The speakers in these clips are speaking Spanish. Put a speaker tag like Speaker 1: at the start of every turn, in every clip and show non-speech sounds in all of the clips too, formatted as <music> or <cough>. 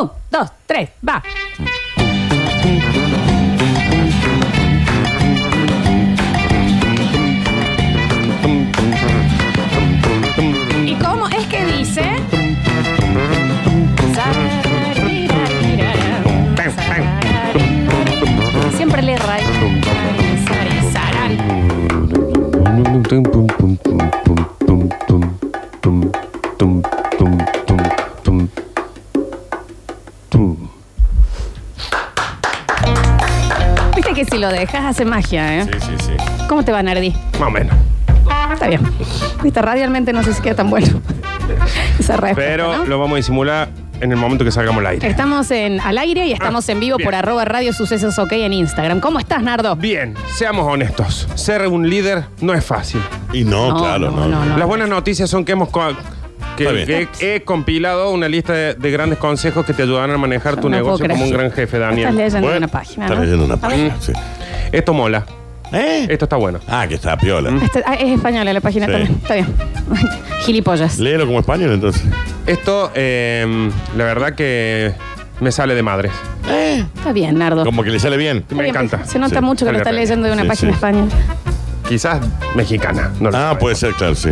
Speaker 1: Un, dos, tres, va. ¿Y cómo es que dice? Siempre le erra. Viste que si lo dejas hace magia, ¿eh?
Speaker 2: Sí, sí, sí.
Speaker 1: ¿Cómo te va, Nardi?
Speaker 2: Más o menos.
Speaker 1: Está bien. Viste, radialmente no sé si queda tan bueno. <laughs> Esa respuesta,
Speaker 2: Pero
Speaker 1: ¿no?
Speaker 2: lo vamos a disimular en el momento que salgamos al aire.
Speaker 1: Estamos en al aire y estamos
Speaker 2: Ah,
Speaker 1: en vivo
Speaker 2: bien.
Speaker 1: por arroba radio sucesos ok en Instagram. ¿Cómo estás, Nardo?
Speaker 2: Bien, seamos honestos. Ser un líder no es fácil.
Speaker 3: Y no, claro, no.
Speaker 1: no, no.
Speaker 2: Las buenas noticias son que hemos co-
Speaker 3: Está
Speaker 2: que,
Speaker 3: bien.
Speaker 2: que he, he compilado una lista de, de grandes consejos que te ayudan a manejar tu
Speaker 1: No puedo
Speaker 2: negocio
Speaker 1: creer.
Speaker 2: como un gran jefe,
Speaker 1: Estás
Speaker 2: Daniel.
Speaker 1: leyendo
Speaker 3: Bueno,
Speaker 1: una página.
Speaker 3: Está
Speaker 1: ¿no?
Speaker 3: leyendo una
Speaker 1: A ver.
Speaker 3: página, sí.
Speaker 2: Esto mola.
Speaker 3: ¿Eh?
Speaker 2: Esto está bueno.
Speaker 3: Ah, que está piola.
Speaker 1: Este- ah, es española la página
Speaker 3: Sí.
Speaker 1: también. Está bien. <laughs> Gilipollas.
Speaker 3: Léelo como español entonces.
Speaker 2: Esto, eh, la verdad que me sale de madres.
Speaker 3: ¿Eh?
Speaker 1: Está bien, Nardo.
Speaker 3: Como que le sale bien.
Speaker 1: Está
Speaker 2: Me
Speaker 1: bien, pues,
Speaker 2: encanta.
Speaker 1: Se nota
Speaker 3: Sí,
Speaker 1: mucho que lo está
Speaker 2: está bien.
Speaker 1: leyendo de una
Speaker 3: Sí,
Speaker 1: página
Speaker 3: sí.
Speaker 1: española.
Speaker 2: Quizás mexicana. no lo
Speaker 3: Ah,
Speaker 2: sabemos.
Speaker 3: puede ser, claro, sí.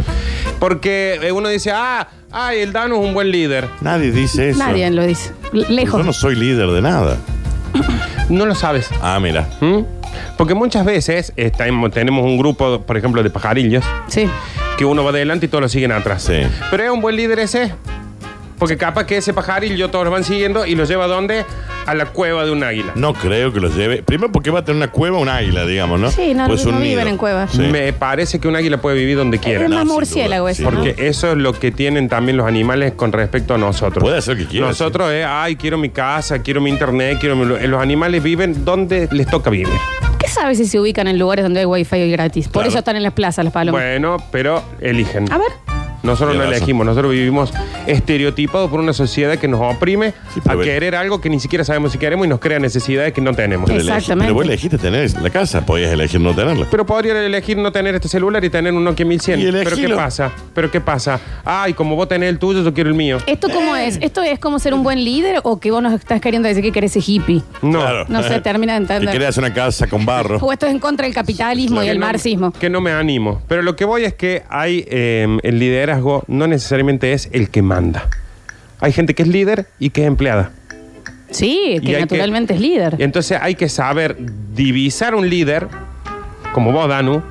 Speaker 2: Porque eh, uno dice, ah, ay, el Dano es un buen líder.
Speaker 3: Nadie dice eso.
Speaker 1: Nadie lo dice. L-
Speaker 3: Yo
Speaker 1: Lejos.
Speaker 3: no soy líder de nada.
Speaker 2: No lo sabes.
Speaker 3: Ah, mira.
Speaker 2: ¿Mm? Porque muchas veces está en- tenemos un grupo, por ejemplo, de pajarillos,
Speaker 1: Sí.
Speaker 2: que uno va adelante y todos lo siguen atrás.
Speaker 3: Sí.
Speaker 2: Pero es un buen líder ese. Porque capaz que ese pajarillo todos lo van siguiendo y lo lleva a dónde? A la cueva de un águila.
Speaker 3: No creo que lo lleve. Primero porque va a tener una cueva un águila, digamos, ¿no?
Speaker 1: Sí, no,
Speaker 3: Pues
Speaker 1: no
Speaker 3: un
Speaker 1: viven
Speaker 3: nido.
Speaker 1: en cuevas.
Speaker 3: Sí.
Speaker 2: Me parece que un águila puede vivir donde quiera.
Speaker 1: es más
Speaker 3: sin
Speaker 1: murciélago
Speaker 3: duda,
Speaker 1: ese.
Speaker 3: sin
Speaker 1: ¿no?
Speaker 2: Porque eso es lo que tienen también los animales con respecto a nosotros.
Speaker 3: Puede hacer lo que quiera,
Speaker 2: Nosotros es, ay, quiero mi casa, quiero mi internet, quiero mi... lu-". Los animales viven donde les toca vivir.
Speaker 1: ¿Qué sabes si se ubican en lugares donde hay wifi gratis? Por
Speaker 3: Claro.
Speaker 1: eso están en las plazas las palomas.
Speaker 2: Bueno, pero eligen.
Speaker 1: A ver.
Speaker 2: Nosotros no
Speaker 3: Tiene razón.
Speaker 2: elegimos, nosotros vivimos estereotipados por una sociedad que nos oprime
Speaker 3: Sí, pero
Speaker 2: a
Speaker 3: ve-
Speaker 2: querer algo que ni siquiera sabemos si queremos y nos crea necesidades que no tenemos.
Speaker 3: Pero
Speaker 1: Sí.
Speaker 3: elegi-
Speaker 1: Exactamente.
Speaker 3: Pero vos elegiste tener la casa, podías elegir no tenerla.
Speaker 2: Pero podría elegir no tener este celular y tener un Nokia 1100.
Speaker 3: Y
Speaker 2: Pero ¿qué
Speaker 3: elegilo.
Speaker 2: pasa? ¿Pero qué pasa? Ay, como vos tenés el tuyo, yo quiero el mío.
Speaker 1: ¿Esto cómo es? ¿Esto es como ser un buen líder o que vos nos estás queriendo decir que querés ser hippie?
Speaker 2: No.
Speaker 3: Claro.
Speaker 1: No se termina de entender.
Speaker 3: Que creas una casa con barro.
Speaker 1: O esto es en contra del capitalismo y
Speaker 2: Que
Speaker 1: el
Speaker 2: no-
Speaker 1: marxismo.
Speaker 2: Que no me animo. Pero lo que voy es que hay eh, el liderazgo no necesariamente es el que manda. Hay gente que es líder y que es empleada.
Speaker 1: Sí,
Speaker 2: Y
Speaker 1: que
Speaker 2: hay
Speaker 1: naturalmente
Speaker 2: que-
Speaker 1: es líder.
Speaker 2: Y entonces hay que saber divisar un líder, como vos, Danu,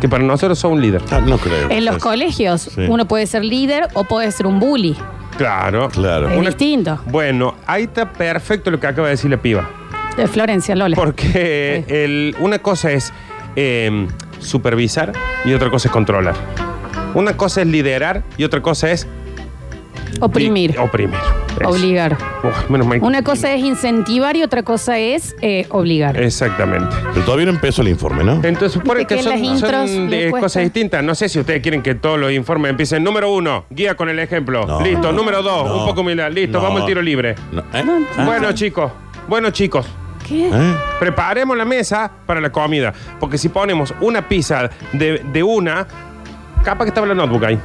Speaker 2: que para nosotros sos un líder.
Speaker 3: Ah, no creo.
Speaker 1: En los
Speaker 3: Sí.
Speaker 1: colegios,
Speaker 3: Sí.
Speaker 1: uno puede ser líder o puede ser un bully.
Speaker 2: Claro.
Speaker 3: Claro.
Speaker 1: Es distinto.
Speaker 2: Bueno, ahí está perfecto lo que acaba de decir la piba.
Speaker 1: De Florencia Lola.
Speaker 2: Porque el- una cosa es eh, supervisar y otra cosa es controlar. Una cosa es liderar y otra cosa es
Speaker 1: Oprimir,
Speaker 2: di- oprimir. Eso.
Speaker 1: obligar.
Speaker 2: Uf, menos mal que-
Speaker 1: Una cosa es incentivar y otra cosa es eh, obligar.
Speaker 2: Exactamente.
Speaker 3: Pero todavía no empezó el informe, ¿no?
Speaker 2: Entonces, por
Speaker 1: Viste que
Speaker 2: que
Speaker 1: en
Speaker 2: son,
Speaker 1: las intros
Speaker 2: son,
Speaker 1: le
Speaker 2: eh,
Speaker 1: cuesta.
Speaker 2: cosas distintas. No sé si ustedes quieren que todos los informes empiecen. Número uno, guía con el ejemplo.
Speaker 3: No.
Speaker 2: Listo. Número dos,
Speaker 3: No.
Speaker 2: un poco humildad. Listo,
Speaker 3: No.
Speaker 2: vamos al tiro libre.
Speaker 3: No, ¿eh? Ah,
Speaker 2: Bueno, chicos. Bueno, chicos.
Speaker 1: ¿Qué?
Speaker 3: ¿eh?
Speaker 2: Preparemos la mesa para la comida. Porque si ponemos una pizza de, de una, capaz que estaba la notebook ahí.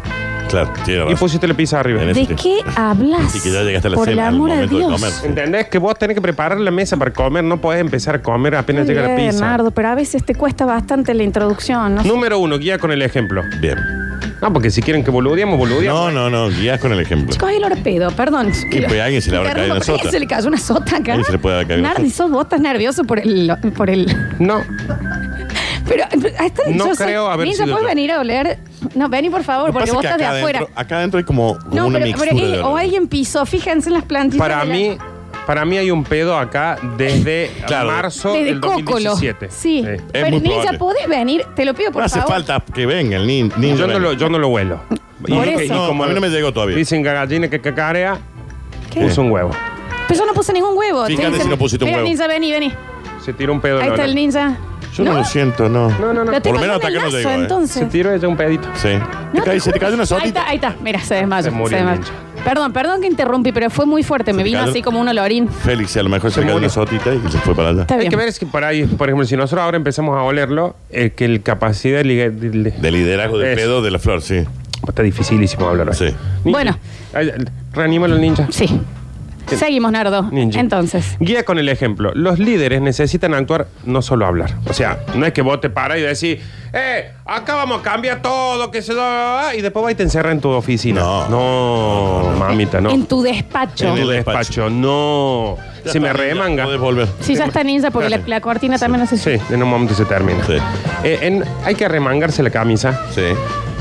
Speaker 3: Claro, tiene
Speaker 2: Y
Speaker 3: razón.
Speaker 2: pusiste la pizza arriba.
Speaker 3: En
Speaker 1: ¿De
Speaker 3: Sí.
Speaker 1: qué hablas?
Speaker 3: Y que ya llegaste a la
Speaker 1: Por
Speaker 3: cena,
Speaker 1: el
Speaker 3: al
Speaker 1: amor a
Speaker 3: momento de
Speaker 1: Dios.
Speaker 3: comer.
Speaker 2: ¿Entendés? Que vos tenés que preparar la mesa para comer. No podés empezar a comer apenas
Speaker 1: Está
Speaker 2: llega la
Speaker 1: bien,
Speaker 2: pizza.
Speaker 1: Nardo, pero a veces te cuesta bastante la introducción, ¿no?
Speaker 2: Número uno, guía con el ejemplo.
Speaker 3: Bien.
Speaker 2: No, porque si quieren que boludeemos, boludeemos.
Speaker 3: No, no, no, guías con el ejemplo.
Speaker 1: Chicos, el orpedo, perdón.
Speaker 3: Y pues a alguien se le habrá caído una
Speaker 1: Perdón,
Speaker 3: sota.
Speaker 1: Se le cayó una sota acá.
Speaker 3: A alguien se le puede haber caído una
Speaker 1: Nardi,
Speaker 3: sota.
Speaker 1: sos vos, estás nervioso por el... Por el
Speaker 2: No.
Speaker 1: Pero ahí está,
Speaker 2: No
Speaker 1: yo soy-
Speaker 2: creo haber
Speaker 1: Ninja,
Speaker 2: sido
Speaker 1: ¿puedes
Speaker 2: yo.
Speaker 1: venir a oler? No, vení por favor,
Speaker 3: Lo que
Speaker 1: porque
Speaker 3: pasa
Speaker 1: vos
Speaker 3: es que
Speaker 1: estás de
Speaker 3: acá
Speaker 1: afuera.
Speaker 3: adentro- acá adentro hay como, como
Speaker 1: no,
Speaker 3: una
Speaker 1: pero,
Speaker 3: mixtura.
Speaker 1: pero él-
Speaker 3: de
Speaker 1: o alguien pisó, fíjense en las plantitas.
Speaker 2: Para
Speaker 1: de la-
Speaker 2: mí, para mí hay un pedo acá desde
Speaker 3: Claro.
Speaker 2: marzo
Speaker 1: Desde
Speaker 2: del
Speaker 1: Cócolo.
Speaker 2: 2017.
Speaker 1: Sí.
Speaker 2: Sí.
Speaker 1: Pero
Speaker 3: muy
Speaker 1: Ninja,
Speaker 3: probable.
Speaker 1: ¿podés venir? Te lo pido por
Speaker 3: No hace
Speaker 1: favor.
Speaker 3: falta que venga el nin- ninja.
Speaker 2: Yo no,
Speaker 3: venga.
Speaker 2: lo, yo no lo huelo.
Speaker 1: Por eso.
Speaker 3: No, a mí no me llegó todavía.
Speaker 2: Dicen que gallina que cacarea,
Speaker 1: ¿Qué?
Speaker 2: puso un huevo.
Speaker 1: Pero yo no puse ningún huevo.
Speaker 3: Fíjate
Speaker 1: Te dicen-
Speaker 3: si no pusiste un
Speaker 1: Mira,
Speaker 3: huevo.
Speaker 1: Ninja, vení, vení.
Speaker 2: Se tiró un pedo.
Speaker 1: Ahí
Speaker 2: la
Speaker 1: está
Speaker 2: hora.
Speaker 1: el Ninja.
Speaker 3: Yo no, lo siento, no.
Speaker 2: No, no, no.
Speaker 1: Lo
Speaker 3: Por
Speaker 1: tengo
Speaker 3: lo menos
Speaker 1: acá en
Speaker 3: hasta
Speaker 1: el
Speaker 3: acá no
Speaker 1: lazo,
Speaker 3: llegó, eh.
Speaker 2: Se
Speaker 1: entonces.
Speaker 2: tiró ella un pedito.
Speaker 3: Sí.
Speaker 1: No,
Speaker 3: te cae,
Speaker 1: te
Speaker 3: se te
Speaker 1: juro
Speaker 3: cayó
Speaker 1: que-
Speaker 3: una
Speaker 1: Ahí está,
Speaker 3: sotita.
Speaker 1: ahí está. Mira, se desmayó.
Speaker 2: Se murió
Speaker 1: se
Speaker 2: el
Speaker 1: desmayó.
Speaker 2: ninja.
Speaker 1: Perdón, perdón que interrumpí, pero fue muy fuerte. Me
Speaker 3: te
Speaker 1: vino
Speaker 3: cayó-
Speaker 1: así como un olorín.
Speaker 3: Félix, a lo mejor se le cayó
Speaker 2: murió.
Speaker 3: una sotita y se fue para allá.
Speaker 1: Está
Speaker 2: Hay
Speaker 1: bien.
Speaker 2: que ver es que por ahí, por ejemplo, si nosotros ahora empezamos a olerlo, eh, que el capacidad de, liga- de- de-
Speaker 3: De liderazgo del
Speaker 2: Eso.
Speaker 3: pedo de la flor, sí.
Speaker 2: Está dificilísimo hablar hoy.
Speaker 3: Sí.
Speaker 2: Ninja.
Speaker 1: Bueno.
Speaker 2: Ay, Reanímalo al ninja.
Speaker 1: Sí. Seguimos, Nardo.
Speaker 2: Ninja.
Speaker 1: Entonces.
Speaker 2: Guía con el ejemplo. Los líderes necesitan actuar, no solo hablar. O sea, no es que vos te paras y decís, eh, acá vamos a cambiar todo, que se da, ah", y después va y te encerra en tu oficina.
Speaker 3: No.
Speaker 2: No, mamita, no.
Speaker 1: En tu despacho.
Speaker 2: En tu despacho, no.
Speaker 3: Ya
Speaker 2: Se me
Speaker 3: está, ya
Speaker 2: remanga.
Speaker 3: Podés volver.
Speaker 1: Sí, ya está ninja porque la, la cortina también no sé si.
Speaker 2: Sí, en un momento se termina.
Speaker 3: Sí.
Speaker 2: Eh, en- hay que remangarse la camisa
Speaker 3: Sí.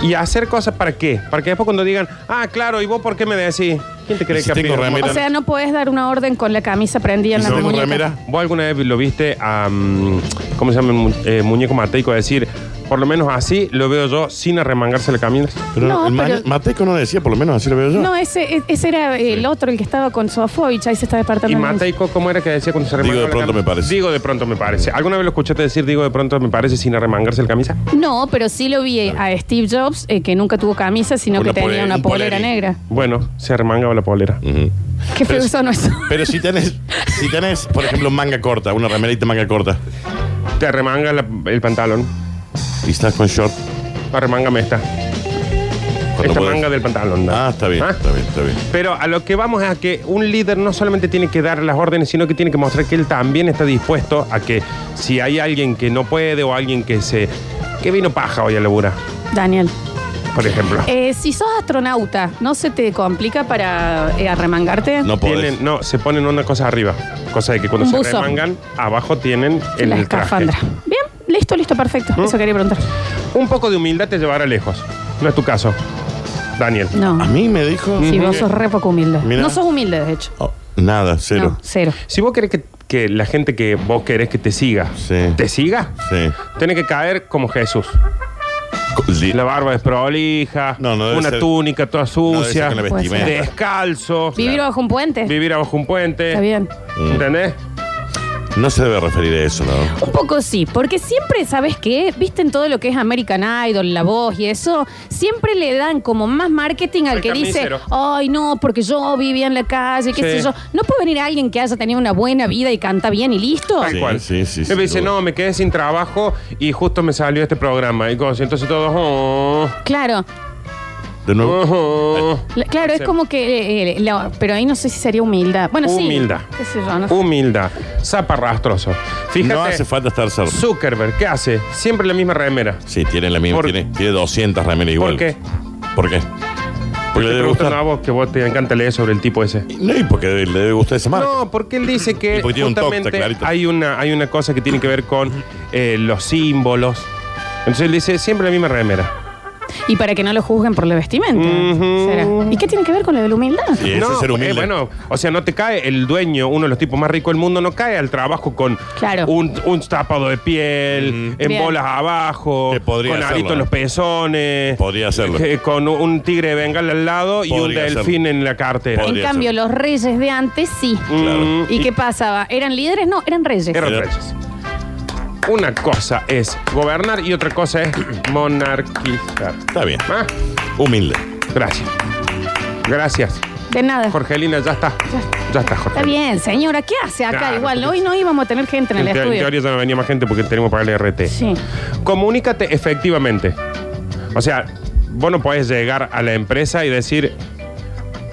Speaker 2: y hacer cosas para qué. Para que después cuando digan, ah, claro, ¿y vos por qué me decís? ¿Quién te cree
Speaker 3: si
Speaker 2: que
Speaker 3: tengo
Speaker 2: aprieta?
Speaker 3: remera?
Speaker 1: O sea, no puedes dar una orden con la camisa prendida
Speaker 3: ¿Y
Speaker 1: en
Speaker 3: si
Speaker 1: la
Speaker 3: no tengo
Speaker 1: muñeca.
Speaker 3: remera?
Speaker 2: ¿Vos alguna vez lo viste a. mm, ¿Cómo se llama? el mu- eh, muñeco mateico a decir, por lo menos así lo veo yo sin arremangarse la camisa.
Speaker 3: Pero
Speaker 1: No,
Speaker 3: el ma-
Speaker 1: pero-
Speaker 3: Mateco no decía, por lo menos así lo veo yo.
Speaker 1: No, ese, e- ese era el otro, el que estaba con Sofovich, ahí se está
Speaker 2: ¿Y
Speaker 1: despertando.
Speaker 2: Mateico cómo era que decía cuando se
Speaker 3: Digo,
Speaker 2: arremangaba
Speaker 3: de pronto
Speaker 2: la camisa?
Speaker 3: me parece.
Speaker 2: Digo de pronto me parece. ¿Alguna vez lo escuchaste decir digo de pronto me parece sin arremangarse la camisa?
Speaker 1: No, pero sí lo vi a Steve Jobs, eh, que nunca tuvo camisa, sino
Speaker 3: Una
Speaker 1: que tenía
Speaker 3: pole-
Speaker 1: una
Speaker 3: un
Speaker 1: polera
Speaker 3: polerín.
Speaker 1: negra.
Speaker 2: Bueno, se arremangaba la polera.
Speaker 3: Ujú.
Speaker 1: Qué feo
Speaker 3: Pero-
Speaker 1: eso no es. <laughs>
Speaker 3: Pero si tenés, si tenés, por ejemplo, manga corta, una remerita manga corta,
Speaker 2: Te arremanga la- el pantalón.
Speaker 3: y estás con short.
Speaker 2: Arremángame esta.
Speaker 3: cuando
Speaker 2: Esta
Speaker 3: podés.
Speaker 2: manga del pantalón. ¿no?
Speaker 3: Ah, está bien,
Speaker 2: ¿Ah?
Speaker 3: está bien, está bien.
Speaker 2: Pero a lo que vamos es a que un líder no solamente tiene que dar las órdenes, sino que tiene que mostrar que él también está dispuesto a que si hay alguien que no puede o alguien que se. que vino paja hoy a labura,
Speaker 1: Daniel.
Speaker 2: por ejemplo.
Speaker 1: Eh, si sos astronauta, ¿no se te complica para eh, arremangarte?
Speaker 3: No podés.
Speaker 2: Tienen, no, se ponen una cosa arriba. Cosa de que cuando
Speaker 1: Un
Speaker 2: se
Speaker 1: buzo.
Speaker 2: remangan, abajo tienen el
Speaker 1: la
Speaker 2: traje.
Speaker 1: escafandra. Bien, listo, listo, perfecto. Eso quería preguntar.
Speaker 2: Un poco de humildad te llevará lejos. No es tu caso, Daniel.
Speaker 1: No,
Speaker 3: A mí me dijo.
Speaker 1: si vos
Speaker 3: que-
Speaker 1: sos re poco humilde.
Speaker 3: Mira.
Speaker 1: No sos humilde, de hecho.
Speaker 3: Oh, nada,
Speaker 1: No,
Speaker 3: cero.
Speaker 1: cero.
Speaker 2: Si vos querés que, que la gente que vos querés que te siga,
Speaker 3: Sí.
Speaker 2: te siga,
Speaker 3: Sí.
Speaker 2: tiene que caer como Jesús.
Speaker 3: Co- li-
Speaker 2: La barba desprolija,
Speaker 3: No, no debe
Speaker 2: una
Speaker 3: ser-
Speaker 2: túnica toda
Speaker 3: no debe ser
Speaker 2: sucia,
Speaker 3: con la
Speaker 1: Puede ser.
Speaker 3: vestimenta.
Speaker 2: descalzo,
Speaker 1: Vivir bajo un puente.
Speaker 2: vivir abajo un puente.
Speaker 1: Está bien.
Speaker 3: Mm.
Speaker 2: ¿Entendés?
Speaker 3: No se debe referir a eso, ¿no?
Speaker 1: Un poco sí, porque siempre, ¿sabes qué? Viste en todo lo que es American Idol, La Voz y eso, siempre le dan como más marketing al
Speaker 2: Al
Speaker 1: que
Speaker 2: carnicero.
Speaker 1: dice, ay no, porque yo vivía en la calle, qué
Speaker 2: Sí.
Speaker 1: sé yo. No puede venir alguien que haya tenido una buena vida y canta bien y listo.
Speaker 2: Tal
Speaker 3: Sí,
Speaker 2: cual.
Speaker 3: sí, sí,
Speaker 2: Y
Speaker 3: sin
Speaker 2: me dice,
Speaker 3: duda.
Speaker 2: no, me quedé sin trabajo y justo me salió este programa. Y cosas, entonces todos, "Oh,
Speaker 1: Claro,
Speaker 3: De nuevo.
Speaker 2: oh".
Speaker 1: la- claro, es
Speaker 2: Sí.
Speaker 1: como que, eh, eh, la- pero ahí no sé si sería humildad. Bueno,
Speaker 2: Humildad. Uh.
Speaker 1: sí. Qué sé yo, no sé.
Speaker 2: humildad, zaparrastroso. Fíjate,
Speaker 3: No hace falta estar cerdo.
Speaker 2: Zuckerberg, ¿qué hace? Siempre la misma remera.
Speaker 3: Sí, tiene la misma.
Speaker 2: Por-
Speaker 3: Tiene, tiene 200 remeras igual.
Speaker 2: ¿Por qué?
Speaker 3: ¿Por qué? Porque
Speaker 2: Te
Speaker 3: le debe
Speaker 2: preguntan a
Speaker 3: gustar.
Speaker 2: vos que vos te encanta leer sobre el tipo ese.
Speaker 3: No, y porque le debe gustar esa marca.
Speaker 2: No, porque él dice que
Speaker 3: Y porque tiene un toque,
Speaker 2: justamente
Speaker 3: está clarito.
Speaker 2: hay, una, hay una cosa que tiene que ver con eh, los símbolos. Entonces él dice, siempre la misma remera.
Speaker 1: Y para que no lo juzguen por la vestimenta.
Speaker 2: Ujú.
Speaker 1: será. ¿Y qué tiene que ver con lo de la humildad?
Speaker 3: Y ese es ser humilde.
Speaker 2: eh, bueno, o sea, no te cae el dueño, uno de los tipos más ricos del mundo, no cae al trabajo con
Speaker 1: Claro.
Speaker 2: un, un tapado de piel, en
Speaker 1: Bien.
Speaker 2: bolas abajo,
Speaker 3: Que Eh, podría
Speaker 2: con
Speaker 3: hacerlo,
Speaker 2: arito en
Speaker 3: ¿no?
Speaker 2: los pezones,
Speaker 3: Podría hacerlo.
Speaker 2: eh, con un- un tigre de bengala al lado y un
Speaker 3: Podría
Speaker 2: delfín en la cartera. Mm.
Speaker 1: en
Speaker 3: podría
Speaker 1: cambio,
Speaker 3: ser.
Speaker 1: los reyes de antes sí.
Speaker 3: Claro.
Speaker 1: ¿Y qué pasaba? ¿Eran líderes? No, eran reyes.
Speaker 2: Eran
Speaker 3: Era-
Speaker 2: reyes. Una cosa es gobernar y otra cosa es <clears throat> monarquizar.
Speaker 3: Está bien.
Speaker 2: ¿Ah?
Speaker 3: Humilde.
Speaker 2: Gracias. Gracias.
Speaker 1: De nada.
Speaker 2: Jorgelina, ya está. Ya está, Jorge.
Speaker 1: Está bien, señora, ¿qué hace acá?
Speaker 2: Claro,
Speaker 1: Igual,
Speaker 2: porque-
Speaker 1: hoy no íbamos a tener gente en
Speaker 2: En,
Speaker 1: el
Speaker 2: te- en
Speaker 1: estudio.
Speaker 2: teoría ya no venía más gente porque tenemos que pagarle RT.
Speaker 1: Sí.
Speaker 2: Comunícate efectivamente. O sea, vos no podés llegar a la empresa y decir,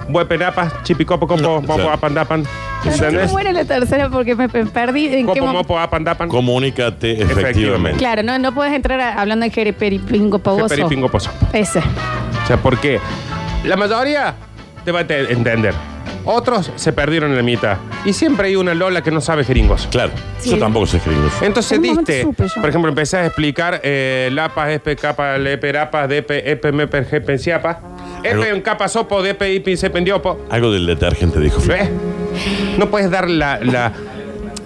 Speaker 2: buen penapas, chipicopo,
Speaker 3: No,
Speaker 2: copo, mopo,
Speaker 3: claro.
Speaker 2: apan, dapan.
Speaker 1: Pero
Speaker 2: ¿Entendés?
Speaker 1: ¿Cómo era la tercera? Porque me me perdí. ¿En qué
Speaker 2: Copo,
Speaker 1: momento?
Speaker 2: mopo, apan, dapan.
Speaker 3: Comunícate
Speaker 2: Efectivamente.
Speaker 3: efectivamente.
Speaker 1: Claro, no, no puedes entrar a- hablando en jereperingo
Speaker 2: Qué
Speaker 1: pavoso.
Speaker 2: peripingo pozo.
Speaker 1: Ese.
Speaker 2: O sea, porque la mayoría te va a te- entender. Otros se perdieron en la mitad. Y siempre hay una Lola que no sabe jeringoso.
Speaker 3: Claro.
Speaker 1: Sí.
Speaker 3: Yo tampoco sé escribir. eso.
Speaker 2: Entonces
Speaker 1: En un momento
Speaker 2: diste,
Speaker 1: supe yo.
Speaker 2: por ejemplo, empecé a explicar eh, lapas, espe, capa, lepe, rapas, depe, epe, mepe, jepe, siapa. Epe,
Speaker 3: Algo-
Speaker 2: un capa, sopo, depe, ipi, sependiopo.
Speaker 3: Algo del detergente dijo.
Speaker 2: ¿Ves? No puedes dar la- la-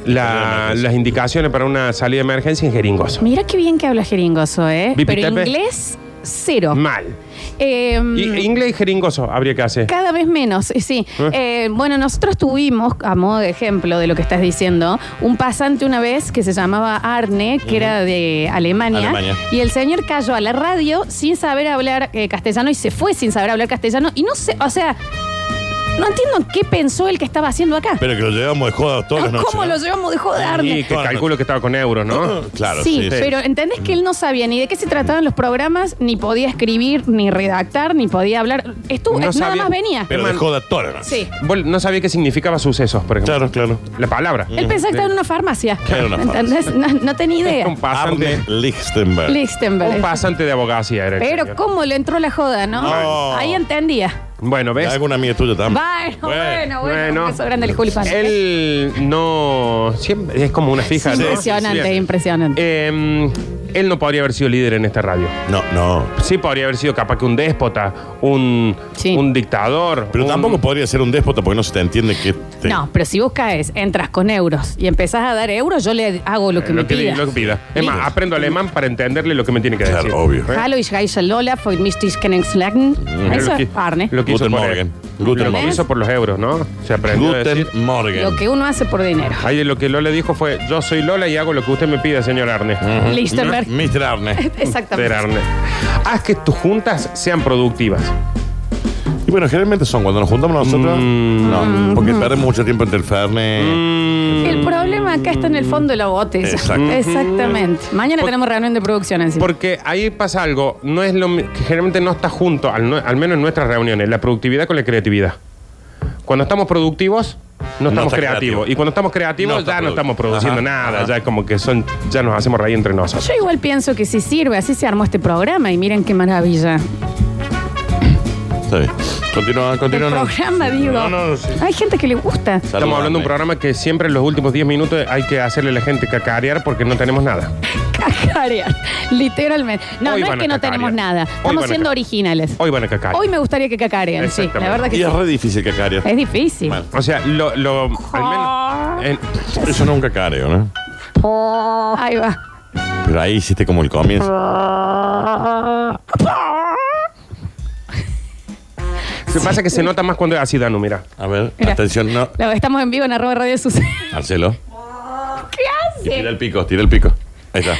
Speaker 2: la- las indicaciones para una salida de emergencia en jeringoso.
Speaker 1: Mira qué bien que habla jeringoso, ¿eh?
Speaker 2: Vipi
Speaker 1: Pero
Speaker 2: Tepe.
Speaker 1: inglés, cero.
Speaker 2: Mal.
Speaker 1: Eh,
Speaker 2: Y- inglés y jeringoso habría que hacer.
Speaker 1: Cada vez menos, eh, sí. Eh, bueno, nosotros tuvimos, a modo de ejemplo de lo que estás diciendo, un pasante una vez que se llamaba Arne, que era de Alemania,
Speaker 3: Alemania.
Speaker 1: y el señor cayó a la radio sin saber hablar eh, castellano y se fue sin saber hablar castellano y no sé, o sea, No entiendo qué pensó el que estaba haciendo acá.
Speaker 3: Pero que lo llevamos de joda todas las noches.
Speaker 1: ¿Cómo
Speaker 3: ¿no?
Speaker 1: lo llevamos de joda a
Speaker 2: Y
Speaker 1: Arne?
Speaker 2: que calculo que estaba con euros, ¿no?
Speaker 3: <laughs> Claro,
Speaker 1: sí,
Speaker 3: sí. sí.
Speaker 1: pero entendés que él no sabía ni de qué se trataban los programas, ni podía escribir, ni redactar, ni podía hablar. Estuvo,
Speaker 2: No
Speaker 1: eh, nada
Speaker 2: sabía,
Speaker 1: más venía.
Speaker 3: Pero de joda todas las noches.
Speaker 1: Sí.
Speaker 2: Vos no sabía qué significaba sucesos, por ejemplo.
Speaker 3: Claro, claro.
Speaker 2: La palabra.
Speaker 1: Él pensaba que estaba en una farmacia.
Speaker 3: Era una
Speaker 1: ¿Entendés? No, no tenía idea.
Speaker 2: Un pasante,
Speaker 3: Arne Lichtenberg.
Speaker 1: Lichtenberg.
Speaker 2: un pasante de abogacía era el
Speaker 1: Pero
Speaker 2: señor.
Speaker 1: cómo le entró la joda, ¿no?
Speaker 3: No.
Speaker 1: Ahí entendía.
Speaker 2: Bueno, ¿ves?
Speaker 3: Alguna amiga tuya también.
Speaker 1: Bueno, bueno, bueno.
Speaker 2: bueno.
Speaker 1: Un beso grande al Juli Pan.
Speaker 2: Él no. Siempre, es como una fija,
Speaker 1: Sí,
Speaker 2: ¿no?
Speaker 1: impresionante,
Speaker 2: Bien.
Speaker 1: impresionante.
Speaker 2: Eh, él no podría haber sido líder en esta radio.
Speaker 3: No, no.
Speaker 2: Sí, podría haber sido capaz que un déspota, un,
Speaker 1: Sí.
Speaker 2: un dictador.
Speaker 3: Pero
Speaker 2: un-
Speaker 3: tampoco podría ser un déspota porque no se te entiende que. te-
Speaker 1: No, pero si vos caes, entras con euros y empezás a dar euros, yo le hago lo que me
Speaker 2: Eh, lo, que,
Speaker 1: pida.
Speaker 2: lo que pida. Es más,
Speaker 3: Listo.
Speaker 2: aprendo alemán para entenderle lo que me tiene que
Speaker 3: Claro,
Speaker 2: decir.
Speaker 3: obvio.
Speaker 1: Hallo, ich heiße Lola, für mich ist Kennenschlagen.
Speaker 2: Pero
Speaker 1: Eso
Speaker 2: lo
Speaker 1: es
Speaker 2: que-
Speaker 1: Arne.
Speaker 2: Lo que hizo
Speaker 3: Guten
Speaker 2: por,
Speaker 3: Morgen. Guten
Speaker 2: lo que
Speaker 1: Morgen.
Speaker 2: hizo por los euros, ¿no? Se aprendió a decir.
Speaker 3: Guten Morgen.
Speaker 1: Lo que uno hace por dinero.
Speaker 2: Ahí lo que Lola dijo fue, yo soy Lola y hago lo que usted me pida, señor Arne. Mm.
Speaker 1: Lichtenberg.
Speaker 3: Mr.
Speaker 1: <laughs>
Speaker 3: Mm, Arne.
Speaker 1: Exactamente.
Speaker 2: Ser Arne. Haz que tus juntas sean productivas.
Speaker 3: Y bueno, generalmente son cuando nos juntamos nosotros.
Speaker 1: Mm.
Speaker 3: No, porque perdemos mucho tiempo entre el Fernet.
Speaker 1: El
Speaker 2: Mm.
Speaker 1: problema acá está en el fondo de la botella.
Speaker 3: Exacto.
Speaker 1: <laughs> Exactamente.
Speaker 2: Mm.
Speaker 1: Mañana tenemos reunión de producción encima.
Speaker 2: Porque ahí pasa algo, no es lo mi- que generalmente no está junto, al, no- al menos en nuestras reuniones, la productividad con la creatividad. Cuando estamos productivos, no estamos
Speaker 3: está
Speaker 2: creativos.
Speaker 3: creativo.
Speaker 2: Y cuando estamos creativos,
Speaker 3: No
Speaker 2: ya
Speaker 3: está
Speaker 2: no
Speaker 3: produ-
Speaker 2: estamos produciendo
Speaker 3: Ajá,
Speaker 2: nada,
Speaker 3: ajá.
Speaker 2: ya como que son, ya nos hacemos reír entre nosotros.
Speaker 1: Yo igual pienso que sí sirve, así se armó este programa y miren qué maravilla.
Speaker 3: Está bien. Continúa,
Speaker 1: El
Speaker 3: continúa. no.
Speaker 1: programa, digo.
Speaker 3: No, no, no, sí.
Speaker 1: Hay gente que le gusta.
Speaker 2: Estamos hablando de un programa que siempre en los últimos 10 minutos hay que hacerle a la gente cacarear porque no tenemos nada.
Speaker 1: Cacarear. <laughs> Literalmente. No,
Speaker 2: Hoy
Speaker 1: no es
Speaker 2: van a
Speaker 1: que no
Speaker 2: cacarear.
Speaker 1: tenemos nada.
Speaker 2: Hoy van
Speaker 1: Estamos
Speaker 2: a
Speaker 1: siendo
Speaker 2: cacarear.
Speaker 1: originales.
Speaker 2: Hoy van a cacarear.
Speaker 1: Hoy me gustaría que cacarean, sí. La
Speaker 2: Exactamente.
Speaker 1: verdad que
Speaker 3: Y
Speaker 1: sí.
Speaker 3: es re difícil que caries.
Speaker 1: Es difícil.
Speaker 3: Mal.
Speaker 2: O sea, lo, lo- al menos en-
Speaker 3: Eso no es un cacareo, ¿no?
Speaker 1: Ahí va.
Speaker 3: Pero ahí hiciste como el comienzo.
Speaker 2: Ah.
Speaker 1: Ah.
Speaker 2: se pasa que se nota más cuando es así, Danu, mira.
Speaker 3: A ver,
Speaker 1: Mira.
Speaker 3: atención, no.
Speaker 1: La- Estamos en vivo en arroba radio <laughs> Suceso.
Speaker 3: Marcelo.
Speaker 1: ¿Qué
Speaker 3: Y tira
Speaker 1: hace?
Speaker 3: el pico, tira el pico. Ahí está.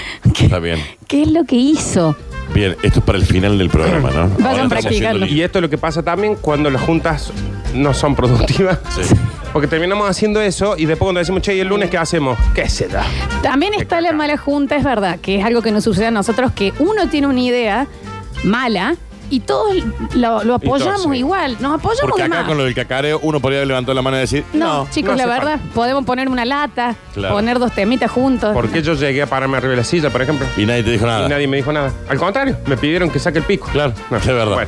Speaker 3: Está bien.
Speaker 1: <laughs> ¿Qué es lo que hizo?
Speaker 3: Bien, esto es para el final del programa, ¿no?
Speaker 1: Vayan
Speaker 3: Ahora estamos
Speaker 1: practicando.
Speaker 3: haciendo
Speaker 2: Y
Speaker 3: li-
Speaker 2: esto es lo que pasa también cuando las juntas no son productivas.
Speaker 3: Sí.
Speaker 2: Porque terminamos haciendo eso y después cuando decimos, che, ¿y el lunes qué hacemos? ¿Qué se da?
Speaker 1: También está la mala junta, es verdad, que es algo que nos sucede a nosotros, que uno tiene una idea mala y todos lo, lo apoyamos
Speaker 2: sí.
Speaker 1: igual. Nos apoyamos
Speaker 3: Porque
Speaker 1: de
Speaker 3: acá
Speaker 1: más.
Speaker 3: con lo del cacareo, uno podría haber levantado la mano y decir,
Speaker 1: No,
Speaker 3: no.
Speaker 1: chicos,
Speaker 2: no
Speaker 1: la
Speaker 2: hace
Speaker 1: verdad, podemos poner una lata,
Speaker 3: Claro.
Speaker 1: poner dos temitas juntos.
Speaker 2: ¿Por qué yo llegué a pararme arriba de la silla, por ejemplo?
Speaker 3: Y nadie te dijo nada.
Speaker 2: Y nadie me dijo nada. Al contrario, me pidieron que saque el pico.
Speaker 3: Claro, es verdad.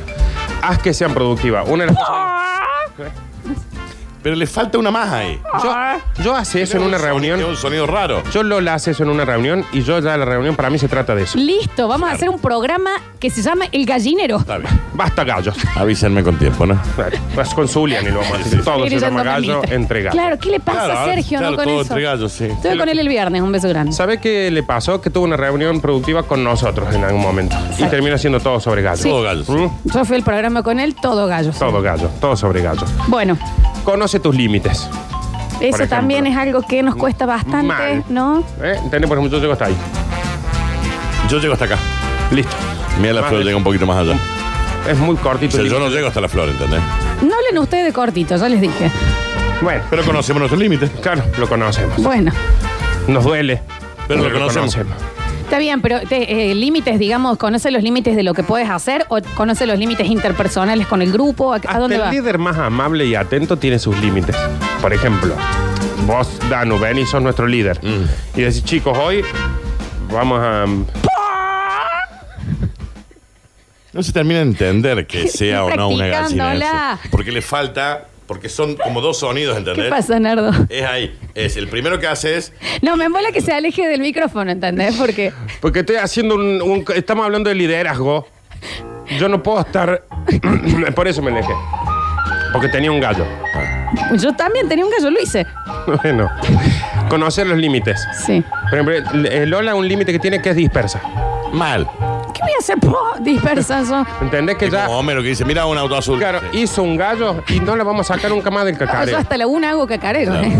Speaker 2: haz que sean productivas. Una de las cosas-
Speaker 3: Pero le falta una más ahí.
Speaker 2: yo, yo hace eso en una
Speaker 3: Un sonido-
Speaker 2: reunión.
Speaker 3: Un sonido raro.
Speaker 2: Yo Lola hace eso en una reunión y yo ya la reunión para mí se trata de eso.
Speaker 1: Listo, vamos a hacer un programa que se llama El Gallinero.
Speaker 3: Está bien.
Speaker 2: Basta gallos.
Speaker 3: Avísenme con tiempo, ¿no?
Speaker 2: Vas con Zulian y lo vamos a decir. Todo se llama gallo entre gallos.
Speaker 1: Claro, ¿qué le pasa a Sergio
Speaker 3: claro,
Speaker 1: no, con
Speaker 3: todo
Speaker 1: eso?
Speaker 3: entre gallos, sí.
Speaker 1: Estuve con él el viernes, un beso grande.
Speaker 2: ¿Sabe qué le pasó? Que tuvo una reunión productiva con nosotros en algún momento. Y termina siendo todo sobre gallo.
Speaker 3: Todo gallo. sí.
Speaker 2: ¿Mm?
Speaker 1: Yo fui al programa con él, todo gallo.
Speaker 2: Todo gallo, todo sobre gallo.
Speaker 1: Bueno,
Speaker 2: Conoce tus límites.
Speaker 1: eso
Speaker 2: ejemplo.
Speaker 1: también es algo que nos cuesta bastante,
Speaker 2: Mal.
Speaker 1: ¿no?
Speaker 2: ¿Eh? ¿Entendés? Por ejemplo, yo llego hasta ahí.
Speaker 3: Yo llego hasta acá.
Speaker 2: Listo.
Speaker 3: Mira la
Speaker 2: Más
Speaker 3: flor,
Speaker 2: de-
Speaker 3: llega un poquito más allá.
Speaker 2: Es muy
Speaker 3: O
Speaker 2: cortito.
Speaker 3: sea,
Speaker 2: el
Speaker 3: yo no
Speaker 2: límite.
Speaker 3: llego hasta la flor, ¿entendés?
Speaker 1: No hablen ustedes de cortito, ya les dije.
Speaker 2: Bueno,
Speaker 3: Pero conocemos nuestros límites.
Speaker 2: claro, lo conocemos.
Speaker 1: Bueno,
Speaker 2: Nos duele.
Speaker 3: Pero lo conocemos.
Speaker 1: está bien, pero te- eh, límites, digamos, conoce los límites de lo que puedes hacer o conoce los límites interpersonales con el grupo, ¿a, a
Speaker 2: Hasta
Speaker 1: dónde
Speaker 2: el
Speaker 1: va?
Speaker 2: líder más amable y atento tiene sus límites. Por ejemplo, vos, Danu, ven y sos nuestro líder.
Speaker 3: Mm.
Speaker 2: Y decís, chicos, hoy vamos a...
Speaker 3: No se termina de
Speaker 1: <laughs>
Speaker 3: entender que sea o no una gallina.
Speaker 1: Practicándola.
Speaker 3: eso. Porque le falta, porque son como dos sonidos, ¿entendés?
Speaker 1: ¿Qué pasa, Nardo? <laughs>
Speaker 3: Es ahí. Es el primero que haces.
Speaker 1: No, me mola que se aleje del micrófono, ¿entendés? Porque
Speaker 2: Porque estoy haciendo un, un- Estamos hablando de liderazgo. Yo no puedo estar... <clears throat> Por eso me alejé. Porque tenía un gallo. <laughs>
Speaker 1: yo también tenía un gallo, lo hice.
Speaker 2: Bueno. Conocer los límites.
Speaker 1: Sí.
Speaker 2: Por ejemplo, eh, Lola un límite que tiene que es dispersa.
Speaker 3: Mal.
Speaker 1: ¿Qué voy a hacer? Po, Dispersa yo.
Speaker 2: ¿Entendés que
Speaker 3: Es
Speaker 2: ya...
Speaker 3: como Homero que dice, mira un auto azul.
Speaker 2: Claro,
Speaker 3: Sí.
Speaker 2: hizo un gallo y no la vamos a sacar nunca más del
Speaker 1: Yo
Speaker 2: cacareo.
Speaker 1: hasta la una hago cacarero. ¿eh?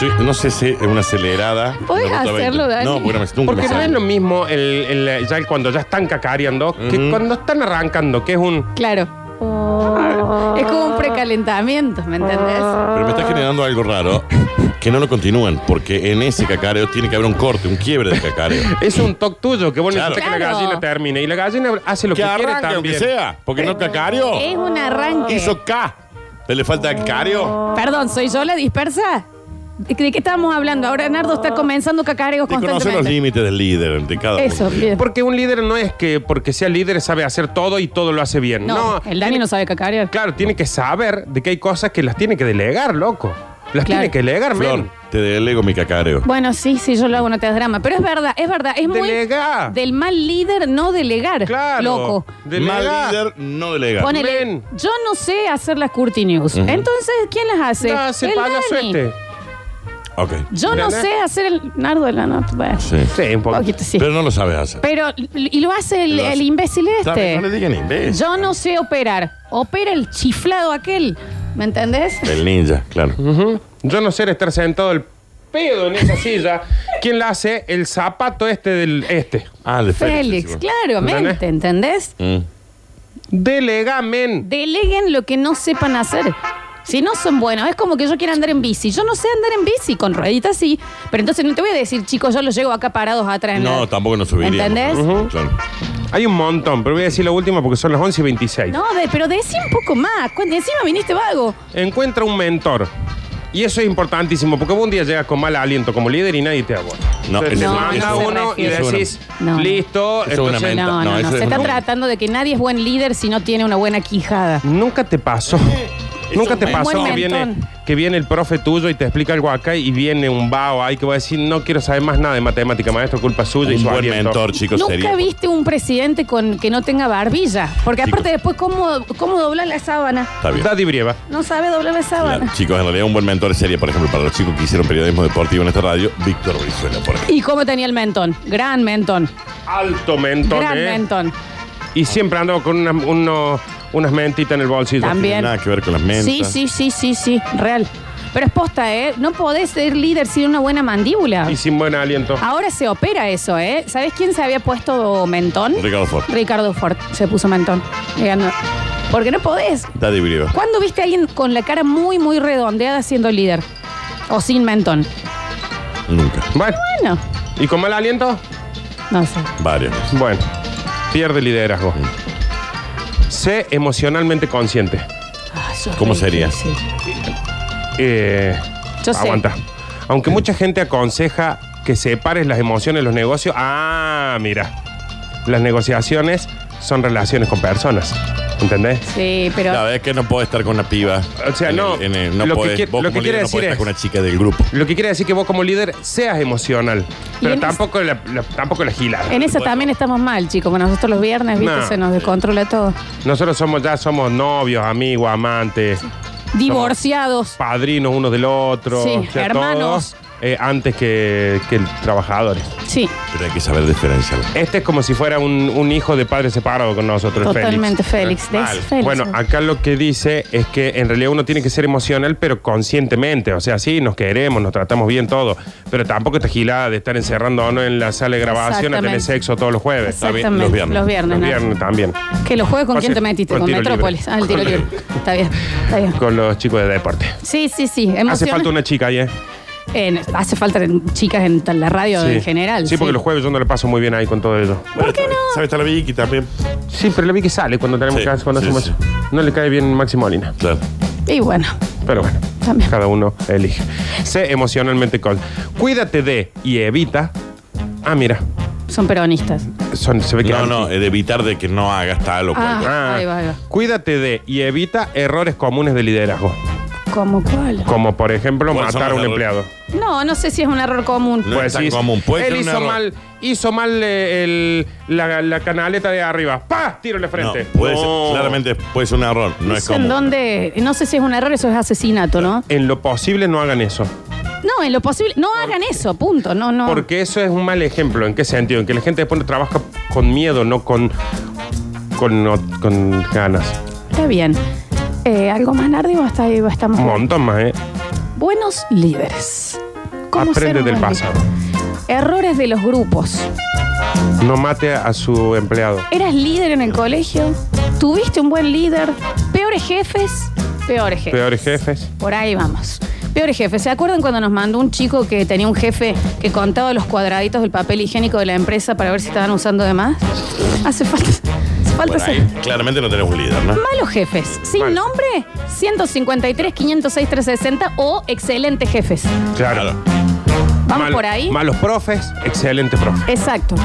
Speaker 3: Yo no sé si es una acelerada.
Speaker 1: ¿Podés
Speaker 3: Una ruta
Speaker 1: hacerlo,
Speaker 3: 20.
Speaker 1: Dani?
Speaker 3: No, porque no me nunca
Speaker 2: Porque
Speaker 3: me
Speaker 2: no
Speaker 3: sale.
Speaker 2: es lo mismo el, el- ya el- cuando ya están cacareando que cuando están arrancando, que es un.
Speaker 1: Claro. Es como un precalentamiento, ¿me entendés?
Speaker 2: Oh.
Speaker 3: Pero me está generando algo raro que no lo continúan, porque en ese cacareo tiene que haber un corte, un quiebre
Speaker 2: <laughs>
Speaker 3: de cacareo.
Speaker 2: Es un toc tuyo que vos
Speaker 3: Claro.
Speaker 2: necesitas que la
Speaker 1: Claro.
Speaker 2: gallina termine. Y la gallina hace lo que,
Speaker 3: que
Speaker 2: quiere
Speaker 3: arranque,
Speaker 2: también.
Speaker 3: aunque sea, porque no cacareo.
Speaker 1: Es un arranque.
Speaker 3: Hizo K. ¿Le falta cacareo?
Speaker 1: Perdón, ¿soy yo la dispersa? ¿De de qué estamos hablando? Ahora Nardo está comenzando cacareos
Speaker 3: Y conoce los
Speaker 1: constantemente.
Speaker 3: límites del líder de cada uno.
Speaker 1: Eso, bien.
Speaker 2: Porque un líder no es que porque sea líder sabe hacer todo y todo lo hace bien.
Speaker 1: No,
Speaker 2: No,
Speaker 1: el Dani no sabe cacarear.
Speaker 2: claro, tiene que saber de que hay cosas que las tiene que delegar, loco. Las
Speaker 1: Claro.
Speaker 2: tiene que delegar,
Speaker 3: Flor,
Speaker 2: men.
Speaker 3: te delego mi cacareo.
Speaker 1: Bueno, sí, sí, yo lo hago, no te das drama. Pero es verdad, es verdad. Es muy
Speaker 2: Delega.
Speaker 1: del mal líder no delegar.
Speaker 2: Claro.
Speaker 1: Loco.
Speaker 3: Mal
Speaker 2: Delega.
Speaker 3: líder, no delega.
Speaker 1: Ponele,
Speaker 2: Ven.
Speaker 1: yo no sé hacer las curti news. Entonces, ¿quién las hace?
Speaker 2: No, hace
Speaker 1: El
Speaker 2: payaso
Speaker 1: Dani.
Speaker 2: este.
Speaker 3: Ok.
Speaker 1: Yo no
Speaker 2: ¿Entendés?
Speaker 1: sé hacer el nardo de la nota. Bueno,
Speaker 3: Sí.
Speaker 2: Sí, un poco.
Speaker 1: poquito sí.
Speaker 3: Pero no lo sabes hacer.
Speaker 1: Pero, y lo hace el,
Speaker 3: Lo hace.
Speaker 1: el imbécil
Speaker 3: Está
Speaker 1: este.
Speaker 3: bien, No le digan imbécil.
Speaker 1: Yo no sé operar. Opera el chiflado aquel. ¿Me entendés?
Speaker 3: El ninja, claro.
Speaker 2: Ujú. Yo no sé estar sentado el pedo en esa silla. ¿Quién la hace? El zapato este del este.
Speaker 3: Ah, el de
Speaker 1: Félix,
Speaker 3: sí, bueno.
Speaker 1: claramente, ¿entendés?
Speaker 3: Mm.
Speaker 2: Delega, men.
Speaker 1: Deleguen lo que no sepan hacer. Si no son buenos, es como que yo quiero andar en bici. Yo no sé andar en bici, con rueditas sí. Pero entonces no te voy a decir, chicos, yo los llevo acá parados atrás. en
Speaker 3: No,
Speaker 1: la-
Speaker 3: tampoco nos subiría.
Speaker 1: ¿Entendés?
Speaker 3: Claro.
Speaker 2: Hay un montón, pero voy a decir la última porque son las 11 y 26.
Speaker 1: No, de- pero decí un poco más. Cu- Encima viniste vago.
Speaker 2: Encuentra un mentor. Y eso es importantísimo, porque vos un día llegas con mal aliento como líder y nadie te aguanta.
Speaker 3: No,
Speaker 2: Entonces,
Speaker 3: ese
Speaker 2: te
Speaker 3: no,
Speaker 2: manda
Speaker 3: eso-
Speaker 2: uno y
Speaker 3: eso no.
Speaker 2: decís,
Speaker 1: No, no.
Speaker 2: listo.
Speaker 3: Eso es una
Speaker 2: entonces,
Speaker 3: menta.
Speaker 1: No,
Speaker 3: no,
Speaker 1: no, no.
Speaker 3: eso
Speaker 1: Se
Speaker 3: es
Speaker 1: está
Speaker 3: un-
Speaker 1: tratando de que nadie es buen líder si no tiene una buena quijada.
Speaker 2: Nunca te pasó.
Speaker 3: es
Speaker 2: Nunca
Speaker 3: un
Speaker 2: te
Speaker 3: mentón.
Speaker 2: pasó que
Speaker 1: Buen
Speaker 2: viene,
Speaker 1: mentón.
Speaker 2: que viene el profe tuyo y te explica algo acá y viene un vago ahí que va a decir, no quiero saber más nada de matemática, maestro, culpa suya y
Speaker 3: Un
Speaker 2: su
Speaker 3: buen
Speaker 2: aliento.
Speaker 3: mentor, chicos,
Speaker 1: Nunca
Speaker 3: sería.
Speaker 1: viste un presidente con que no tenga barbilla. Porque
Speaker 3: Chicos.
Speaker 1: aparte después, ¿cómo, cómo doblar la sábana?
Speaker 3: Está bien.
Speaker 2: Daddy Brieva.
Speaker 1: No sabe doblar la sábana.
Speaker 3: Claro, Chicos, en realidad un buen mentor sería, por ejemplo, para los chicos que hicieron periodismo deportivo en esta radio, Víctor Brizuela, por ejemplo.
Speaker 1: ¿Y cómo tenía el mentón? Gran mentón.
Speaker 2: Alto mentor,
Speaker 1: gran
Speaker 2: ¿eh?
Speaker 1: mentón.
Speaker 2: Y siempre andaba con unas- uno- unas mentitas en el bolsillo.
Speaker 1: También.
Speaker 3: Nada que ver con las mentes.
Speaker 1: Sí, sí, sí, sí, sí. Real. Pero es posta, ¿eh? No podés ser líder sin una buena mandíbula.
Speaker 2: Y sin buen aliento.
Speaker 1: Ahora se opera eso, ¿eh? ¿Sabés quién se había puesto mentón?
Speaker 3: Ricardo Ford.
Speaker 1: Ricardo Ford se puso mentón. Ganó. Porque no podés.
Speaker 3: Daddy Brieva.
Speaker 1: ¿Cuándo viste a alguien con la cara muy, muy redondeada siendo líder? O sin mentón.
Speaker 3: Nunca.
Speaker 2: Bueno,
Speaker 1: Bueno,
Speaker 2: ¿y con mal aliento?
Speaker 1: no sé.
Speaker 3: Varios. veces.
Speaker 2: Bueno, pierde liderazgo. Sé emocionalmente consciente.
Speaker 1: Ah, eso es
Speaker 3: ¿Cómo
Speaker 1: re
Speaker 3: sería?
Speaker 1: difícil.
Speaker 2: Eh,
Speaker 1: Yo sé.
Speaker 2: aguanta. Aunque mucha gente aconseja que separes las emociones, los negocios. Ah, mira. Las negociaciones son relaciones con personas. ¿Entendés?
Speaker 1: Sí, pero...
Speaker 3: La verdad es que no puedo estar con una piba.
Speaker 2: O sea,
Speaker 3: En
Speaker 2: no.
Speaker 3: el- en el- no
Speaker 2: Lo que
Speaker 3: podés-
Speaker 2: quiere-
Speaker 3: vos
Speaker 2: lo que
Speaker 3: como
Speaker 2: quiere
Speaker 3: líder no
Speaker 2: decir
Speaker 3: podés
Speaker 2: es-
Speaker 3: estar con una chica del grupo.
Speaker 2: Lo que quiere decir que vos como líder seas emocional. Pero
Speaker 1: en este
Speaker 2: tampoco la, la- tampoco la gilas.
Speaker 1: En esa
Speaker 3: Bueno.
Speaker 1: también estamos mal, chicos. Con nosotros los viernes, viste,
Speaker 2: No.
Speaker 1: se nos descontrola todo.
Speaker 2: Nosotros somos ya somos novios, amigos, amantes,
Speaker 1: Divorciados.
Speaker 2: padrinos uno del otro.
Speaker 1: Sí,
Speaker 2: o sea,
Speaker 1: hermanos.
Speaker 2: todos, eh, antes que, que trabajadores.
Speaker 1: Sí,
Speaker 3: Pero hay que saber diferenciar.
Speaker 2: Este es como si fuera un, un hijo de padre separado con nosotros, el
Speaker 1: totalmente
Speaker 2: Félix.
Speaker 1: Félix.
Speaker 3: Mal.
Speaker 1: Des- Félix.
Speaker 2: Bueno, acá lo que dice es que en realidad uno tiene que ser emocional, pero conscientemente. O sea, sí, nos queremos, nos tratamos bien todo. Pero tampoco esta gilada de estar encerrándonos en la sala de grabación a tener
Speaker 1: Exactamente.
Speaker 2: sexo todos los jueves. Está bien.
Speaker 1: Exactamente.
Speaker 3: los viernes.
Speaker 1: Los viernes,
Speaker 2: Los
Speaker 1: ¿no?
Speaker 2: viernes también.
Speaker 1: Que los juegues con
Speaker 2: O
Speaker 1: quién
Speaker 2: sea,
Speaker 1: te metiste,
Speaker 2: con
Speaker 1: con,
Speaker 2: tiro libre.
Speaker 1: Metrópolis. Ah, el tiro libre.
Speaker 2: <laughs>
Speaker 1: Está bien, está bien.
Speaker 2: Con los chicos de deporte.
Speaker 1: Sí, sí, sí.
Speaker 2: Hace
Speaker 1: Emociona.
Speaker 2: falta una chica ahí, ¿eh?
Speaker 1: Eh, hace falta en- chicas en la radio
Speaker 2: Sí.
Speaker 1: en general.
Speaker 2: Sí, porque los jueves yo no le paso muy bien ahí con todo eso.
Speaker 3: ¿Por qué no? ¿Sabes? Está la Vicky también.
Speaker 2: Sí, pero le vi que sale cuando tenemos
Speaker 3: Sí,
Speaker 2: que cuando
Speaker 3: sí,
Speaker 2: hacemos
Speaker 3: sí.
Speaker 2: eso. No le cae bien Máximo Molina.
Speaker 3: Claro.
Speaker 1: Y bueno,
Speaker 2: Pero bueno,
Speaker 1: También.
Speaker 2: cada uno elige. Sé emocionalmente con. Cuídate de y evita. Ah, mira.
Speaker 1: son peronistas.
Speaker 2: Son, se ve que
Speaker 3: No,
Speaker 2: anti.
Speaker 3: no, de evitar de que no hagas tal o cual.
Speaker 1: Ah.
Speaker 3: cosa.
Speaker 2: Ah,
Speaker 1: Ahí va, ahí va.
Speaker 2: Cuídate de y evita errores comunes de liderazgo.
Speaker 1: ¿Cómo cuál?
Speaker 2: Como por ejemplo
Speaker 3: ¿Cuáles son
Speaker 2: matar a un
Speaker 3: los
Speaker 2: empleado.
Speaker 3: errores?
Speaker 1: No, no sé si es un error común.
Speaker 3: No. es tan
Speaker 2: decís,
Speaker 3: común, puede
Speaker 2: él
Speaker 3: ser un
Speaker 2: hizo
Speaker 3: error.
Speaker 2: mal, hizo mal eh, el- la, la canaleta de arriba. ¡Pah! Tiro en la
Speaker 3: No,
Speaker 2: frente.
Speaker 3: puede
Speaker 2: No.
Speaker 3: ser, claramente puede ser un error. No es
Speaker 1: Eso en
Speaker 3: común.
Speaker 1: donde, no sé si es un error, eso es asesinato, ¿no?
Speaker 2: En lo posible no hagan eso.
Speaker 1: No, en lo posible, no hagan eso, punto. No, no.
Speaker 2: Porque eso es un mal ejemplo. ¿En qué sentido? En que la gente después trabaja con miedo, no con. con, no- con ganas.
Speaker 1: Está bien. Eh, ¿Algo más, Nardi? O hasta ahí estamos.
Speaker 2: Un montón más, ¿eh?
Speaker 1: Buenos líderes. ¿Cómo ser
Speaker 2: Aprende
Speaker 1: un
Speaker 2: del
Speaker 1: buen
Speaker 2: pasado.
Speaker 1: líder? Errores de los grupos.
Speaker 2: No mate a su empleado.
Speaker 1: ¿Eras líder en el colegio? ¿Tuviste un buen líder? Peor Peores jefes, peores jefes.
Speaker 2: Peores jefes.
Speaker 1: Por ahí vamos. Peores jefes. ¿Se acuerdan cuando nos mandó un chico que tenía un jefe que contaba los cuadraditos del papel higiénico de la empresa para ver si estaban usando de más? Hace falta, hace falta
Speaker 3: Bueno,
Speaker 1: ser.
Speaker 3: ahí claramente no tenemos un líder, ¿no?
Speaker 1: Malos jefes. Sin
Speaker 2: Bueno.
Speaker 1: nombre, 153, 506, 360 o excelentes jefes.
Speaker 2: Claro.
Speaker 1: Vamos
Speaker 2: Mal-
Speaker 1: por ahí.
Speaker 2: Malos profes, excelente profe.
Speaker 1: Exacto.